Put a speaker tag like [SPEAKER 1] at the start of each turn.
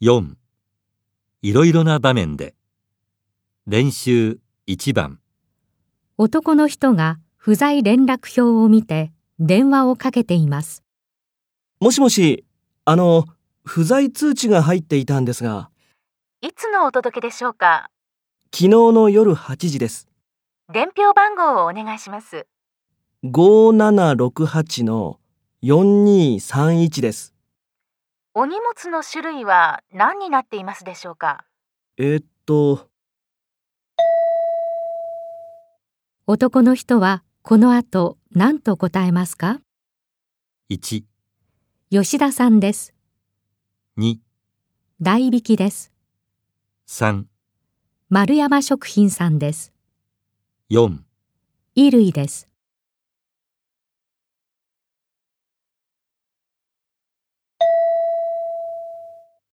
[SPEAKER 1] 4いろいろな場面で練習1番
[SPEAKER 2] 男の人が不在連絡票を見て電話をかけています。
[SPEAKER 3] もしもし、あの、不在通知が入っていたんですが、
[SPEAKER 4] いつのお届けでしょうか
[SPEAKER 3] 昨日の夜8時です。
[SPEAKER 4] 伝票番号をお願いします。
[SPEAKER 3] 5768の4231です。
[SPEAKER 4] お荷物の種類は何になっていますでしょうか
[SPEAKER 3] えーっと、
[SPEAKER 2] 男の人はこの後何と答えますか
[SPEAKER 1] 1、
[SPEAKER 2] 吉田さんです。
[SPEAKER 1] 2、
[SPEAKER 2] 代引きです。
[SPEAKER 1] 3、
[SPEAKER 2] 丸山食品さんです。
[SPEAKER 1] 4
[SPEAKER 2] 衣類です。